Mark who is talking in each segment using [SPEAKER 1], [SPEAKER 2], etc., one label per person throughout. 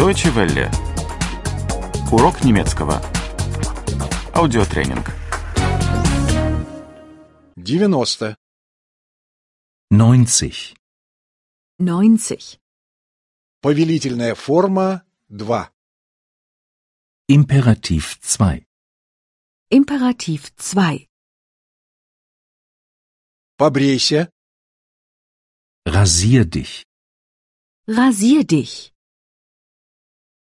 [SPEAKER 1] Deutsche Welle. Урок немецкого. Аудиотренинг.
[SPEAKER 2] 90.
[SPEAKER 3] 90.
[SPEAKER 4] 90.
[SPEAKER 2] Повелительная форма 2.
[SPEAKER 3] Imperativ 2.
[SPEAKER 4] Imperativ 2.
[SPEAKER 2] Побрейся,
[SPEAKER 3] Rasier dich.
[SPEAKER 4] Rasier dich.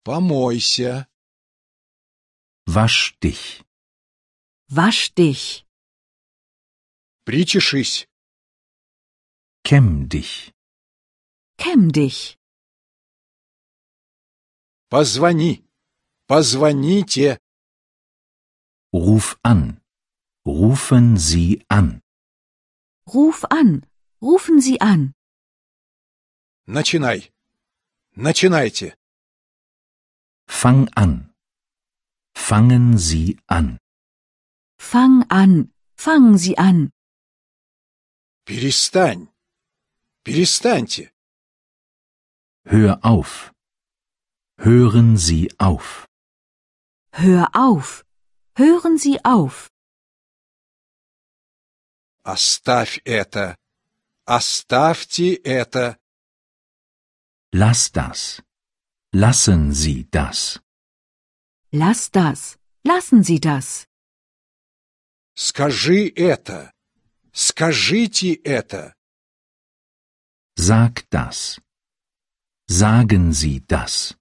[SPEAKER 2] помойся,
[SPEAKER 3] Wasch dich.
[SPEAKER 4] Wasch dich.
[SPEAKER 2] причешись,
[SPEAKER 3] Kämm dich.
[SPEAKER 4] Kämm dich.
[SPEAKER 2] позвони, позвоните,
[SPEAKER 3] Ruf an. Rufen Sie an.
[SPEAKER 4] Ruf an. Rufen Sie an.
[SPEAKER 2] начинай, начинайте,
[SPEAKER 3] Fang an. Fangen Sie an.
[SPEAKER 4] Fang an. Fangen Sie an.
[SPEAKER 2] перестань, перестаньте,
[SPEAKER 3] Hör auf. Hören Sie auf.
[SPEAKER 4] Hör auf. Hören Sie auf.
[SPEAKER 2] оставь это, оставьте это,
[SPEAKER 3] Lass das. Lassen Sie das.
[SPEAKER 4] Lass das. Lassen Sie das.
[SPEAKER 2] скажи это, скажите это,
[SPEAKER 3] Sag das. Sagen Sie das.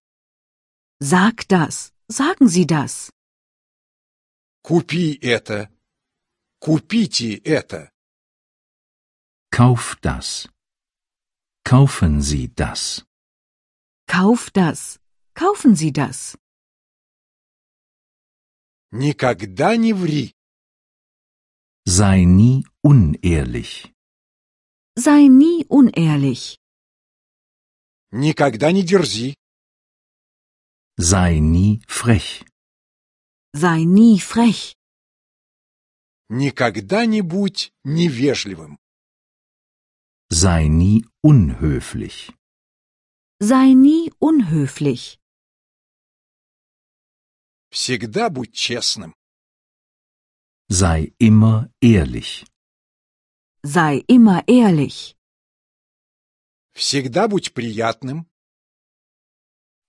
[SPEAKER 4] Sag das. Sagen Sie das.
[SPEAKER 2] купи это, купите это,
[SPEAKER 3] Kauf das. Kaufen Sie das.
[SPEAKER 4] Kauf das. Kaufen Sie das.
[SPEAKER 2] никогда не ври,
[SPEAKER 3] Sei nie unehrlich.
[SPEAKER 4] Sei nie unehrlich.
[SPEAKER 2] никогда не дерзи,
[SPEAKER 3] Sei nie frech.
[SPEAKER 4] Sei nie frech.
[SPEAKER 2] никогда не будь невежливым.
[SPEAKER 3] Sei nie unhöflich.
[SPEAKER 4] Sei nie unhöflich.
[SPEAKER 2] Всегда будь честным.
[SPEAKER 3] Sei immer ehrlich.
[SPEAKER 4] Sei immer ehrlich.
[SPEAKER 2] Всегда будь приятным.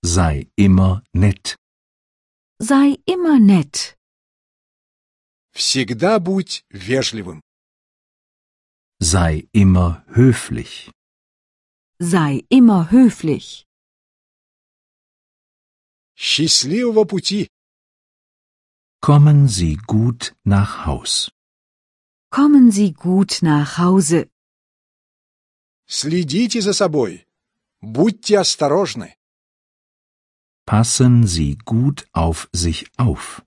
[SPEAKER 3] Sei immer nett.
[SPEAKER 4] Sei immer nett.
[SPEAKER 2] Всегда будь вежливым.
[SPEAKER 3] Sei immer höflich.
[SPEAKER 4] Sei immer höflich.
[SPEAKER 2] Счастливого пути!
[SPEAKER 3] Kommen Sie gut nach Haus.
[SPEAKER 4] Kommen Sie gut nach Hause.
[SPEAKER 2] Следите за собой. Будьте осторожны.
[SPEAKER 3] Passen Sie gut auf sich auf.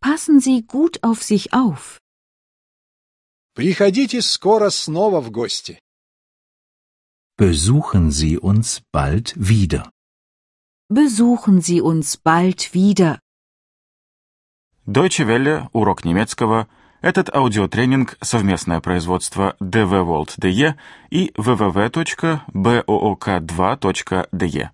[SPEAKER 4] Passen Sie gut auf sich auf.
[SPEAKER 2] Приходите скоро снова в гости.
[SPEAKER 3] Besuchen Sie uns bald wieder.
[SPEAKER 4] Besuchen Sie uns bald wieder.
[SPEAKER 1] Deutsche Welle. Урок немецкого. Этот аудиотренинг – совместное производство DW World DE и www.book2.de.